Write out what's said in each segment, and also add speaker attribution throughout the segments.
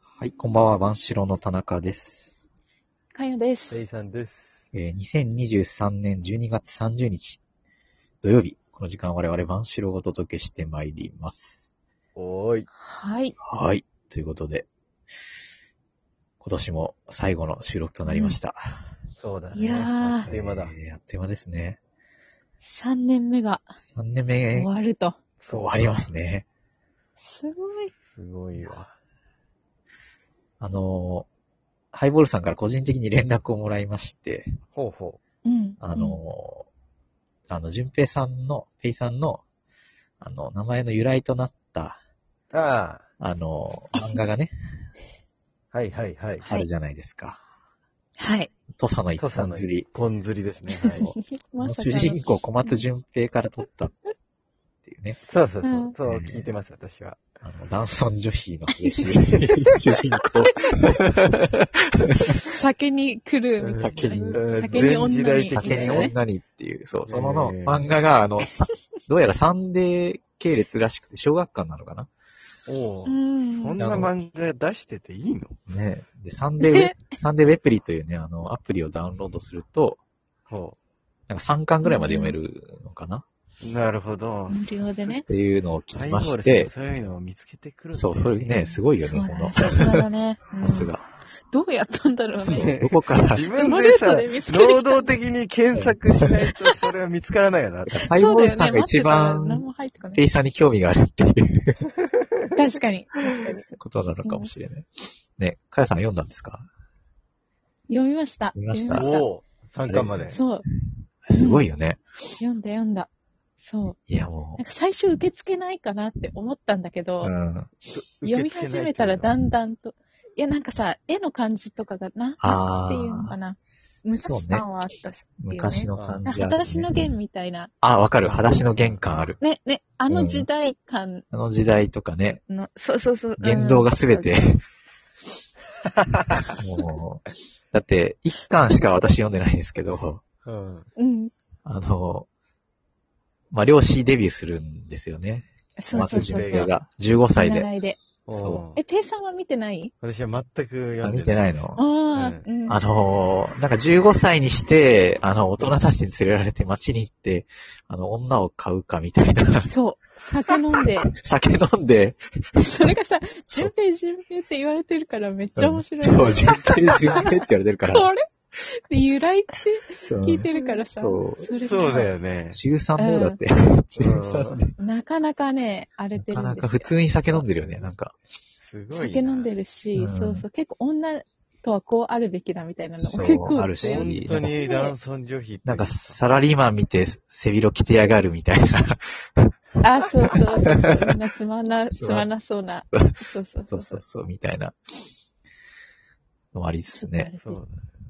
Speaker 1: はい、こんばんは、万代の田中です。
Speaker 2: かよで
Speaker 3: レイ
Speaker 2: す。
Speaker 3: さんです。
Speaker 1: えー2023年12月30日、土曜日、この時間我々万代をお届けしてまいります。
Speaker 3: おーい。
Speaker 2: はい。
Speaker 1: はい、ということで、今年も最後の収録となりました。
Speaker 3: そうだね。
Speaker 2: いやー
Speaker 3: あっという間だ。
Speaker 1: えーあっという間ですね。
Speaker 2: 3年目が
Speaker 1: 3年
Speaker 2: 終
Speaker 1: 目、
Speaker 2: わると。
Speaker 1: 終わりますね。
Speaker 2: すごい。
Speaker 3: すごいわ。
Speaker 1: あのーハイボールさんから個人的に連絡をもらいまして、
Speaker 3: ほうほ
Speaker 2: うん。
Speaker 1: あの、あの、淳平さんの、ペイさんの、あの、名前の由来となった、
Speaker 3: う。あ
Speaker 1: あの、漫画がね、
Speaker 3: あ、はいはいはい。
Speaker 1: あるじゃないですか。
Speaker 2: はい。
Speaker 1: 土佐の一
Speaker 3: 土佐
Speaker 1: 本
Speaker 3: の
Speaker 1: 釣り。
Speaker 3: ポン釣りですね。はい。
Speaker 1: あ
Speaker 2: ま
Speaker 1: の
Speaker 2: さか
Speaker 1: 主
Speaker 2: の。
Speaker 1: 人公小松淳平から取ったっていうね、
Speaker 3: そうそう
Speaker 2: う
Speaker 3: そ
Speaker 2: ん
Speaker 3: う。そう聞いてます、私は。
Speaker 1: あの、男尊女卑の激しい主人公。
Speaker 2: 酒に狂うみたいな。
Speaker 1: 酒に
Speaker 3: うん
Speaker 2: 酒に女に。
Speaker 3: 全時代的なね
Speaker 1: 酒に女にっていう、そう、そのの
Speaker 3: えー
Speaker 1: 漫画が、あの、さどうやらサンデー系列らしくて、小学館なのかな
Speaker 3: おお。
Speaker 2: う
Speaker 3: そ
Speaker 2: ん。
Speaker 3: んな漫画出してていいの
Speaker 1: ねで、サンデーウェ、サンデーウェプリというね、あの、アプリをダウンロードすると、
Speaker 3: ほ
Speaker 1: なんか3巻ぐらいまで読めるのかな、
Speaker 3: う。なるほど。
Speaker 2: 無料でね
Speaker 1: っ。ていうのを聞
Speaker 3: ハ
Speaker 1: き
Speaker 3: イ
Speaker 1: ま
Speaker 3: ボー
Speaker 1: し
Speaker 3: ルさん
Speaker 1: て
Speaker 3: も、そういうのを見つけてくるんだ
Speaker 1: そ
Speaker 3: よ
Speaker 1: う、それね、すごいよ
Speaker 2: そう
Speaker 1: ね、
Speaker 2: だ
Speaker 1: その
Speaker 2: ね。、さすがだね。うん
Speaker 1: さすが。
Speaker 2: どうやったんだろう
Speaker 1: そ
Speaker 2: ね。
Speaker 1: うどこから、
Speaker 3: 自分で
Speaker 2: スト
Speaker 3: さ、
Speaker 2: レートで見つけてきた
Speaker 3: 能動的に検索しないとそれは見つからない よな。
Speaker 1: ハイボールさんが一
Speaker 2: そうだよね待ってたら何
Speaker 1: 番、
Speaker 2: も入ってこな
Speaker 1: ペ
Speaker 2: い。
Speaker 1: イさんに興味があるっていう
Speaker 2: 確かに。確かに。
Speaker 1: ことなのかもしれない。ね、かやさん読んだんですか
Speaker 2: 読みました。
Speaker 1: 読みました
Speaker 2: 読み
Speaker 3: おお。3巻まで
Speaker 2: まし。たそう。
Speaker 1: すごいよね。
Speaker 2: 読んだ読んだ。そう。
Speaker 1: いや、も
Speaker 2: なんか最初受け付けないかなって思ったんだけど、
Speaker 1: う、うん。
Speaker 2: 読み始めたらだ
Speaker 3: ん
Speaker 2: んだんと。いや、なんかさ、絵の感じとかが、な、なんていうのかな。難し感はあったし、
Speaker 1: 昔の感
Speaker 2: なん
Speaker 1: じ
Speaker 2: か、裸足の弦みたいな。
Speaker 1: あ、わかる。裸足の玄関ある。
Speaker 2: ね、ね、あの時代感
Speaker 1: あの時代とかね、
Speaker 2: の、そうそうそう。うん
Speaker 1: 言動がすべ。て。 もう、だって、一巻しか私読んでないんですけど、
Speaker 3: うん。
Speaker 2: うん。
Speaker 1: あの、まあ、漁師デビューするんですよね。
Speaker 2: そうそうそう。
Speaker 3: 松
Speaker 1: 淳
Speaker 3: 井
Speaker 1: 平が15歳
Speaker 2: 見
Speaker 1: で。
Speaker 2: 習いで。
Speaker 3: そ。
Speaker 2: え、ていさんは見てないう
Speaker 3: 私は全く
Speaker 1: あ
Speaker 3: 読ん
Speaker 1: 見
Speaker 3: で
Speaker 1: て
Speaker 3: ない。
Speaker 1: ないの。
Speaker 2: ああ、
Speaker 3: う
Speaker 2: うん。、
Speaker 1: あのー、なんか15歳にして、あの、大人たちに連れられて街に行って、あの、女を買うかみたいな
Speaker 2: そう。酒飲んで。
Speaker 1: 酒飲んで、
Speaker 2: それがさ、純平純平って言われてるからめっちゃ面白い。
Speaker 1: そう、純平純平って言われてるから。
Speaker 2: これって由来って
Speaker 1: うん
Speaker 2: 聞いてるからさ。
Speaker 1: そう
Speaker 2: それが
Speaker 3: そうだよね。
Speaker 1: 中3だよ、だって。中3で。
Speaker 2: なかなかね、荒れて
Speaker 1: な
Speaker 2: る
Speaker 1: か
Speaker 2: んですよ。
Speaker 1: なか普通に酒飲んでるよね、なんか。
Speaker 3: すごいな。
Speaker 2: 酒飲んでるし、
Speaker 1: うん
Speaker 2: そうそう、結構女とはこうあるべきだみたいなのも
Speaker 1: そう
Speaker 2: 結構
Speaker 1: あるし
Speaker 3: 本当に男尊女卑っていう
Speaker 1: なんか、サラリーマン見て、背広着てやがるみたいな。
Speaker 2: あ、そうそうそうそう、みんなつまん な、つまんなそうな、
Speaker 1: そ
Speaker 2: そうそ
Speaker 1: そ
Speaker 2: うそうう。
Speaker 1: そうそう、みたいな。のもありっすね。
Speaker 3: そうだね。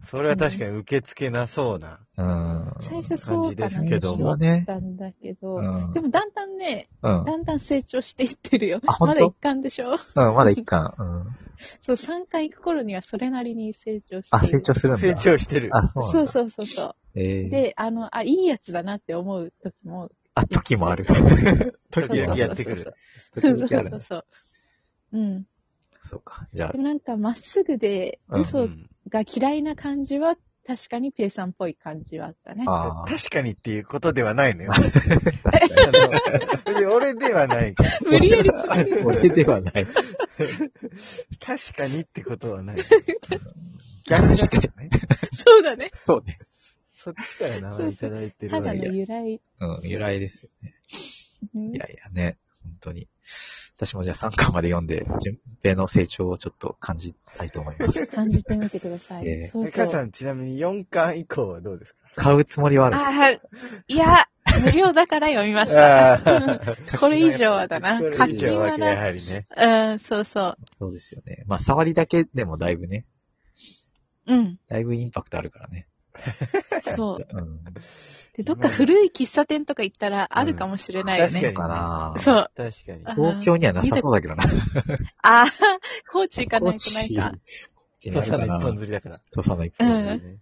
Speaker 3: それは確かに受け付けなそうな。
Speaker 1: うん。
Speaker 2: 最初そうかな
Speaker 3: 感じですけど
Speaker 1: それ
Speaker 3: も
Speaker 1: は
Speaker 2: 思っ
Speaker 1: ね。
Speaker 2: たんだけど、
Speaker 1: うん。
Speaker 2: でもだんだんね、
Speaker 1: うん。
Speaker 2: だんだん成長していってるよ。
Speaker 1: あ本当
Speaker 2: まだ一巻でしょ
Speaker 1: うん、まだ一巻。うん。
Speaker 2: そう、三巻行く頃にはそれなりに成長して
Speaker 1: あ、
Speaker 2: いる。
Speaker 1: 成長するんだ。
Speaker 3: 成長してる。
Speaker 1: あ、そうなんだ
Speaker 2: そうそうそうそ
Speaker 1: え
Speaker 2: う。
Speaker 1: ー、
Speaker 2: で、あの、あ、いいやつだなって思う時も。
Speaker 1: あ、時もある。
Speaker 2: そうそう
Speaker 1: 時々
Speaker 2: そうそ
Speaker 1: あ
Speaker 2: う
Speaker 3: やってくる。
Speaker 2: そう
Speaker 1: る。
Speaker 2: そう
Speaker 1: 時々あ
Speaker 2: そ
Speaker 1: る
Speaker 2: う。そう。うん。
Speaker 1: そうか。じゃあ
Speaker 2: でも、なんか、まっすぐで、
Speaker 1: うん
Speaker 2: 嘘
Speaker 3: ん
Speaker 2: が嫌いな感じは、確かにペイさんっぽい感じはあったね。
Speaker 1: あー
Speaker 3: 確かにっていうことではない のよ。
Speaker 1: 確か
Speaker 3: あの俺ではないから。
Speaker 2: 無理やりつな
Speaker 1: に。 俺ではない。
Speaker 3: 確かにってことはない。逆だ
Speaker 1: 確
Speaker 3: か
Speaker 1: かに。
Speaker 3: らね。
Speaker 2: そう だね。
Speaker 1: そうね。
Speaker 3: そっちから名前いただいてる
Speaker 2: ただ
Speaker 3: わけ
Speaker 2: の
Speaker 3: だ。
Speaker 2: 由来。
Speaker 1: うん、由来ですよね。
Speaker 2: うん
Speaker 1: いやいやね。本当に。私もじゃあ3巻まで読んで、順平の成長をちょっと感じたいと思います。
Speaker 2: 感じてみてくださ
Speaker 1: ええ
Speaker 2: い。そうそ
Speaker 3: か
Speaker 2: う。
Speaker 3: さん、ちなみに4巻以降はどうですか
Speaker 1: 買うつもりはある。
Speaker 2: ああ、いや、無料だから読みま した。
Speaker 3: あ
Speaker 2: これ以上はだな。
Speaker 3: ー
Speaker 2: 課
Speaker 3: これ以上
Speaker 2: 金
Speaker 3: は
Speaker 2: は
Speaker 3: や
Speaker 2: な。
Speaker 3: はりね。
Speaker 2: うん、そうそ
Speaker 1: そうですよね。まあ、触りだけでもだいぶね、
Speaker 2: う。うん。
Speaker 1: だいぶインパクトあるからね。
Speaker 2: そう。
Speaker 1: うん。
Speaker 2: で、どっか古い喫茶店とか行ったらあるかもしれないよ
Speaker 3: 確か
Speaker 2: ね。
Speaker 3: に。
Speaker 1: かな
Speaker 2: そう。
Speaker 3: 確かに。
Speaker 2: あ
Speaker 1: 東京にはなさそうだけどな。
Speaker 2: ああ、高知行かないとないか。
Speaker 1: 高知
Speaker 3: 土
Speaker 1: ない
Speaker 3: 佐の
Speaker 1: か
Speaker 3: 一
Speaker 1: な
Speaker 3: 本。釣りだから。
Speaker 1: 土佐の一
Speaker 2: う
Speaker 1: 本
Speaker 2: ん
Speaker 1: 釣り。
Speaker 3: ね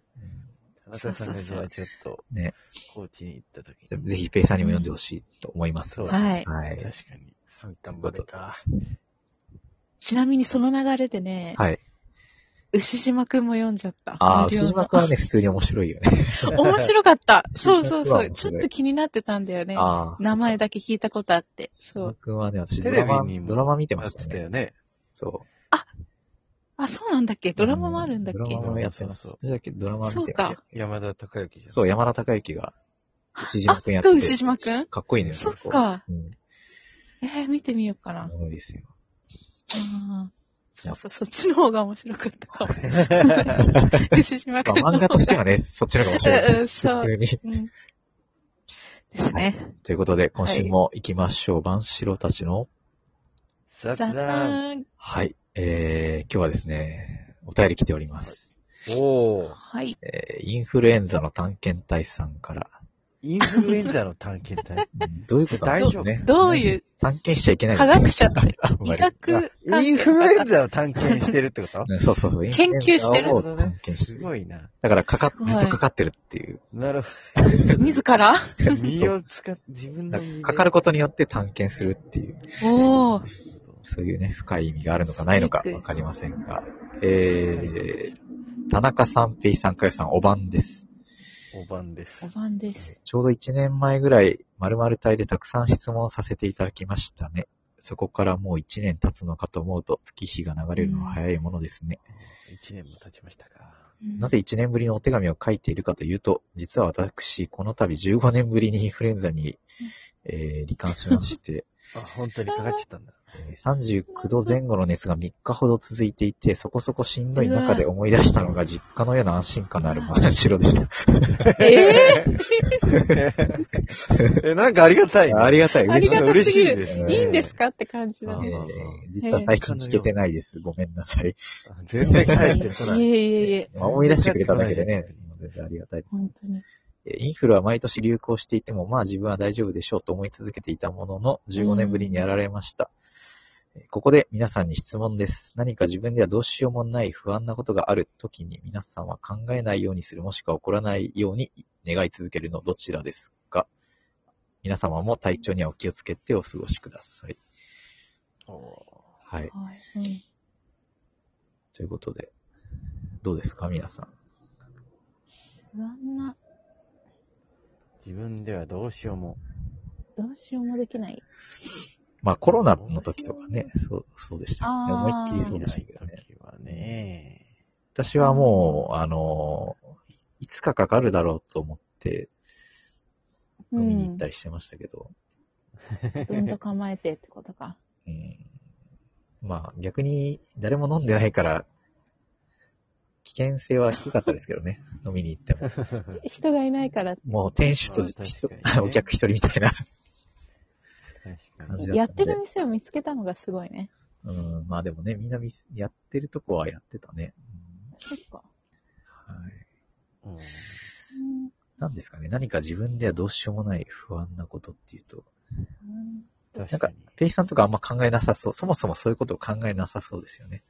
Speaker 3: 田中さんがじゃあちょっと、
Speaker 1: ね。
Speaker 3: 高知に行った時
Speaker 1: じゃあ
Speaker 3: に。
Speaker 1: ぜひ、ペイさんにも読んでほしいと思います。
Speaker 3: そう
Speaker 1: は
Speaker 3: だね
Speaker 2: はい。
Speaker 1: い。
Speaker 3: 確かに。三巻までか。
Speaker 2: ちなみにその流れでね、
Speaker 1: はい。
Speaker 2: 牛島くんも読んじゃった。
Speaker 1: ああ、
Speaker 2: 無料の
Speaker 1: 牛島くんはね、普通に面白いよね。
Speaker 2: 面白 かった。そうそう
Speaker 1: 牛島くんは
Speaker 2: そう。
Speaker 1: 面
Speaker 2: ち
Speaker 1: 白い
Speaker 2: ょっと気になってたんだよね。
Speaker 1: ああ。
Speaker 2: 名前だけ聞いたことあって。
Speaker 1: 牛
Speaker 2: そ
Speaker 1: 島
Speaker 2: う。
Speaker 1: くんはね、私ド
Speaker 3: テレ
Speaker 1: ラ
Speaker 3: ビ
Speaker 1: マ
Speaker 3: に、も
Speaker 1: ドラマ見て
Speaker 3: や
Speaker 1: ま
Speaker 3: っ
Speaker 1: した
Speaker 3: てた
Speaker 1: ね。
Speaker 3: よね。
Speaker 1: そ
Speaker 2: あ、そうなんだっけ
Speaker 1: う。
Speaker 2: ドラマもあるんだっけ、
Speaker 1: ドラマもやってます。
Speaker 3: そう
Speaker 1: そ
Speaker 3: そう
Speaker 1: れだけドラマ見て
Speaker 2: そうか。
Speaker 3: 山田孝之じゃん。
Speaker 1: そう、山田孝之が、牛
Speaker 2: あ
Speaker 1: 島、くんやって
Speaker 2: が
Speaker 1: て。
Speaker 2: 牛島くん
Speaker 1: かっこいいのよね。
Speaker 2: そっ
Speaker 1: こう。
Speaker 2: か。
Speaker 1: うん。
Speaker 2: えー、見てみようかな。
Speaker 1: そうです よ。
Speaker 2: ああ。そうそう、そっちの方が面白かったかも。牛島
Speaker 1: ま
Speaker 2: く
Speaker 1: あ
Speaker 2: んの方が。
Speaker 1: 漫画としてはね、そっちの方が面白いよ
Speaker 2: う
Speaker 1: ね。
Speaker 2: んうんそう
Speaker 1: 普通に。
Speaker 2: うん。ですね。
Speaker 1: ということで、今週も行きましょう。万四郎たちの、
Speaker 3: 雑
Speaker 2: 雑
Speaker 3: 談。
Speaker 2: 談。
Speaker 1: はい。えー、今日はですね、お便り来ております。
Speaker 3: おー。
Speaker 2: はい。
Speaker 1: えー、インフルエンザの探検隊さんから。
Speaker 3: インフルエンザの探 検隊。
Speaker 1: どういうことなんでしょうね。
Speaker 2: どういう、
Speaker 1: 探検しちゃいけない。
Speaker 2: 科学者 と
Speaker 1: あんまり。
Speaker 2: 医学
Speaker 3: あ
Speaker 2: 関
Speaker 3: イン
Speaker 2: 係
Speaker 3: フルエンザを探検してるってこと
Speaker 1: うんそうそうそう。インフ
Speaker 2: 研
Speaker 1: ルエンザ
Speaker 2: 究して
Speaker 3: なる
Speaker 1: を
Speaker 3: ほ
Speaker 2: る
Speaker 3: ど
Speaker 1: 探
Speaker 3: ね。
Speaker 1: 検して
Speaker 3: す
Speaker 1: る
Speaker 3: ごいな。
Speaker 1: だから、かかっ
Speaker 2: すご、い
Speaker 1: ずっとかかってるっていう。
Speaker 3: なるほ
Speaker 2: 自ら
Speaker 3: ど。身を使っ、自分の身で
Speaker 1: かかることによって探検するっていう、
Speaker 2: おお。
Speaker 1: そういうね、深い意味があるのかないのかわかりませんが。えー、田中さん、ペイさん、かよさん、おばんです。
Speaker 3: おばんです
Speaker 2: お。ばんです。
Speaker 1: ちょうど1年前ぐらい、〇〇隊でたくさん質問させていただきましたね。そこからもう1年経つのかと思うと、月日が流れるのは早いものですね。
Speaker 3: 一年も経ちましたか。
Speaker 2: うん
Speaker 1: なぜ1年ぶりのお手紙を書いているかというと、実は私、この度15年ぶりにインフルエンザに、えー、罹患しま して、
Speaker 3: あ、本当にかかっちゃったんだ。
Speaker 1: えー39度前後の熱が3日ほど続いていて、そこそこしんどい中で思い出したのが実家のような安心感のある真白でした。
Speaker 2: え
Speaker 3: え、なんかありがた い、
Speaker 1: ありがたい。
Speaker 2: ー、あ
Speaker 1: 嬉
Speaker 2: り
Speaker 1: しい
Speaker 2: が
Speaker 1: で
Speaker 2: たすぎ
Speaker 3: 嬉しいで
Speaker 2: る。
Speaker 1: す
Speaker 2: い
Speaker 1: ね
Speaker 2: いんですかって感じ
Speaker 1: す。え
Speaker 2: だ
Speaker 3: あ
Speaker 2: ね。
Speaker 1: ー実は最近聞けてないです。ごめんなさい。
Speaker 3: 全
Speaker 2: い
Speaker 3: 然
Speaker 2: え
Speaker 3: 帰ってこない。
Speaker 2: いえいえ、
Speaker 1: まあ思い出してくれただけでね、全然ありがたいです。
Speaker 2: 本当に。
Speaker 1: えインフルは毎年流行していても、まあ自分は大丈夫でしょうと思い続けていたものの、15年ぶりにやられました。えここで皆さんに質問です。何か自分ではどうしようもない不安なことがある時に皆さんは考えないようにする、もしくは起こらないように願い続けるのどちらですか皆様も体調にはお気をつけてお過ごしください。はい。
Speaker 2: はいうん
Speaker 1: ということで、どうですか皆さん。
Speaker 2: 不安な、
Speaker 3: 自分ではどうしようも。
Speaker 2: どうしようもできない。
Speaker 1: まあコロナの時とかね、そう、そうでしたね。
Speaker 2: あー
Speaker 1: 思いっきり
Speaker 3: そ
Speaker 1: そううでしたけどね。
Speaker 3: 時はね。
Speaker 1: 私はもう、あのー、いいつかかかるだろうと思って
Speaker 2: う
Speaker 1: 飲みに行っ
Speaker 2: ん
Speaker 1: た。りしてましたけど、
Speaker 2: どんと構えてってことか。
Speaker 1: うんまあ逆に誰も飲んでないから、危険性は低かったですけどね、飲みに行っても。
Speaker 2: 人がいないから、
Speaker 1: もう店主と
Speaker 3: まあ
Speaker 1: 人
Speaker 3: 確かに ね
Speaker 1: お客一人みたいな。
Speaker 3: 確か
Speaker 1: 感じだったん
Speaker 3: に。
Speaker 1: で
Speaker 2: やってる店を見つけたのがすごいね。
Speaker 1: うん、まあでもね、みんなみすやってるとこはやってたね。
Speaker 2: そっか。
Speaker 1: うんはい、
Speaker 3: うん
Speaker 2: うん
Speaker 1: なんですかね、何か自分ではどうしようもない不安なことっていうと、
Speaker 2: うん
Speaker 1: なん
Speaker 3: 確
Speaker 1: か
Speaker 3: かに。
Speaker 1: ペイさんとかあんま考えなさそう、そもそもそういうことを考えなさそうですよね。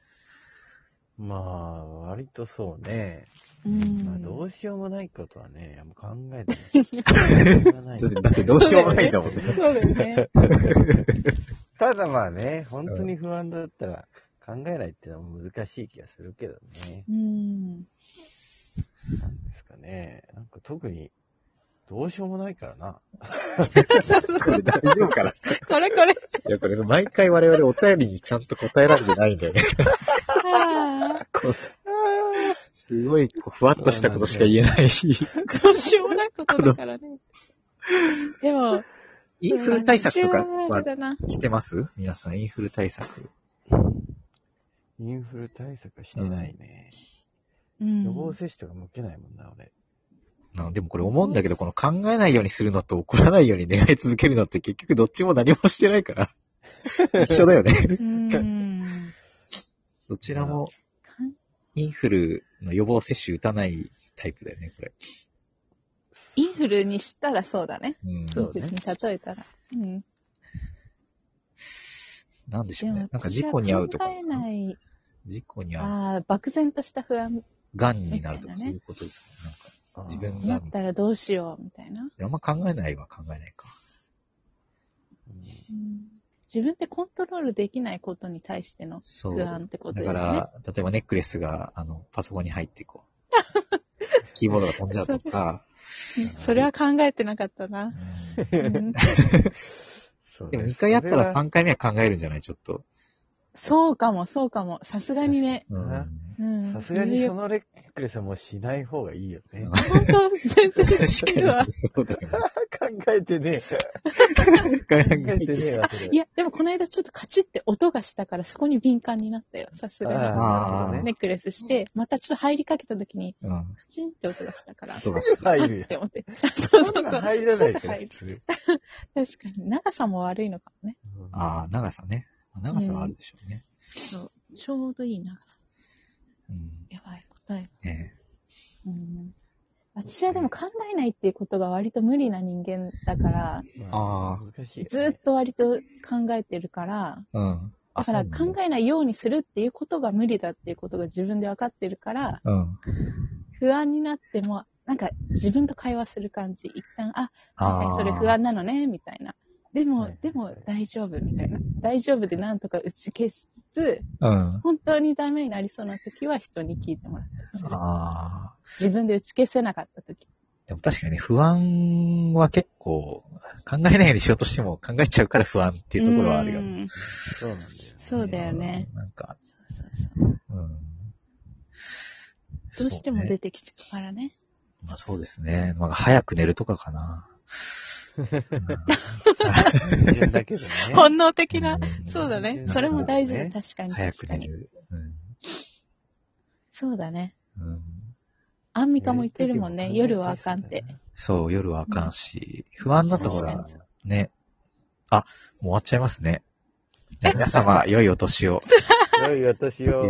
Speaker 3: まあ、割とそうね。
Speaker 2: うん
Speaker 3: まあ、どうしようもないこと はね、あんま考えてない。
Speaker 1: だってどうしようもないんだもんね。
Speaker 2: そうだよね。
Speaker 3: ただまあね、本当に不安だったら考えないってのは難しい気がするけどね。
Speaker 2: うん。
Speaker 3: なんですかね。なんか特に、どうしようもないからな。
Speaker 2: そうそう
Speaker 1: これ大丈夫かない
Speaker 2: これこれ。
Speaker 1: や、これ毎回我々お便りにちゃんと答えられてないんだよね。
Speaker 2: あ
Speaker 1: こうすごい、こうふわっとしたことしか言えない。
Speaker 2: あ、どうしようもないことだからね。でも、
Speaker 1: インフル対策とか
Speaker 2: 今週はあ
Speaker 1: は
Speaker 2: れだな。
Speaker 1: してます皆さん、インフル対策。
Speaker 3: インフル対策はしてないね。
Speaker 2: うん
Speaker 3: 予防接種とかも受けないもんな、俺。
Speaker 1: なでもこれ思うんだけど、この考えないようにするのと怒らないように願い続けるのって結局どっちも何もしてないから。一緒だよ ね。
Speaker 2: うん。
Speaker 1: どちらも
Speaker 2: かん
Speaker 1: インフルの予防接種打たないタイプだよね、これ。
Speaker 2: インフルにしたらそうだね。
Speaker 1: うん。
Speaker 2: イ
Speaker 3: そ
Speaker 2: ン
Speaker 3: う
Speaker 2: フル
Speaker 3: ね
Speaker 2: に例えたら。うん。
Speaker 1: なんでし
Speaker 2: で
Speaker 1: ょう
Speaker 2: も、
Speaker 1: ね。なんか事故に遭うとか
Speaker 2: 考
Speaker 1: で
Speaker 2: え
Speaker 1: すか
Speaker 2: ない。
Speaker 1: 事故に遭う。
Speaker 2: ああ、漠然とした不安
Speaker 1: 癌になるとか
Speaker 2: みた
Speaker 1: そ
Speaker 2: いうなね
Speaker 1: いうことですか、ね、なんか
Speaker 3: あー
Speaker 1: 自分
Speaker 2: にな
Speaker 1: が
Speaker 2: ったらどうしよう、みたいな。
Speaker 1: あんま考えないは考えないか。
Speaker 3: うん
Speaker 2: うん自分でコントロールできないことに対しての
Speaker 1: そう。
Speaker 2: 不安
Speaker 1: だ
Speaker 2: ってことです
Speaker 1: か
Speaker 2: ね。
Speaker 1: ら、例えばネックレスが、あの、パソコンに入ってこう、 キーボードが飛んじゃうとか、
Speaker 2: うんそれは考えてなかった な。
Speaker 1: うん
Speaker 2: うん
Speaker 3: そう
Speaker 1: で
Speaker 3: ね
Speaker 1: も2回やったら
Speaker 3: それは
Speaker 1: 3回目は考えるんじゃないちょっと。
Speaker 2: そうかも、そうかも。さすがにね。
Speaker 1: う
Speaker 3: う ん
Speaker 1: ん。
Speaker 2: うん。
Speaker 3: さすがに
Speaker 2: 言う
Speaker 3: そのレックレスはもうしない方がいいよね。
Speaker 1: うん
Speaker 3: 考
Speaker 2: 本当、全然してる
Speaker 1: 確か。
Speaker 2: わ
Speaker 1: にそうだよね。
Speaker 3: えてねえ。
Speaker 1: 考え
Speaker 3: 考えてねえわ、それ。
Speaker 2: いや、でもこの間ちょっとカチって音がしたから、そこに敏感になったよ、さすがに。
Speaker 3: ああ、なるほど
Speaker 2: ネ
Speaker 3: ね。
Speaker 2: ックレスして、またちょっと入りかけた時に、
Speaker 1: うん。
Speaker 2: カチンって音がしたから、
Speaker 1: そうだし。
Speaker 3: 入
Speaker 2: あ
Speaker 3: る
Speaker 2: っ
Speaker 3: よ。
Speaker 2: て思って。そうそう
Speaker 3: そん
Speaker 2: そ
Speaker 3: な
Speaker 2: う。
Speaker 3: ん入らな
Speaker 2: そ
Speaker 3: い
Speaker 2: う
Speaker 3: から、
Speaker 2: 入
Speaker 3: 普
Speaker 2: る
Speaker 3: 通。
Speaker 2: 確かに、長さも悪いのかもね。
Speaker 1: ああ、長さね。長さはあるでしょうね。
Speaker 2: そうちょうどいい長さ。
Speaker 1: うん。
Speaker 2: やばい答え。
Speaker 1: ね
Speaker 2: うん。私はでも考えないっていうことが割と無理な人間だから、
Speaker 3: ま
Speaker 1: ああ
Speaker 3: 難しいよね。
Speaker 2: ずっと割と考えてるから、
Speaker 1: え。うん。
Speaker 2: だから考えないようにするっていうことが無理だっていうことが自分で分かってるから、
Speaker 1: え。うん。
Speaker 2: 不安になっても、なんか自分と会話する感じ。一旦、あ、確か
Speaker 1: ああ。
Speaker 2: にそれ不安なのね、みたいな。でも、
Speaker 3: はいはい
Speaker 2: でも大丈夫、みたいな。大丈夫でなんとか打ち消しつつ、
Speaker 1: うん。
Speaker 2: 本当にダメになりそうな時は人に聞いてもらったりする
Speaker 1: ああ。
Speaker 2: 自分で打ち消せなかった時。
Speaker 1: でも確かにね、不安は結構、考えないようにしようとしても考えちゃうから不安っていうところはあるよね。
Speaker 2: うん
Speaker 3: そうなんだよね。
Speaker 2: そうだよね。
Speaker 1: なんか、
Speaker 2: そうそうそう。
Speaker 1: うん。
Speaker 2: どうしても
Speaker 1: そうね
Speaker 2: 出てきちゃうからね。
Speaker 1: まあそうですね。まあ早く寝るとかかな。
Speaker 3: 自分だけどね。
Speaker 2: 本能的な。
Speaker 1: ん
Speaker 2: そうだね
Speaker 3: う。ん
Speaker 2: それも大事だ。
Speaker 3: ね
Speaker 2: 確かに。
Speaker 1: 早く
Speaker 2: 確か
Speaker 1: 寝
Speaker 2: に。
Speaker 1: る。うん。
Speaker 2: そうだね。
Speaker 1: うん、
Speaker 2: アンミカも言ってるもんね。夜はあかんって。
Speaker 1: そう、夜はあかんし、不安になったほら
Speaker 2: 確、
Speaker 1: ね。あ、もう終わっちゃいますね。じゃあ皆様、良いお年を。
Speaker 3: 良いお年を。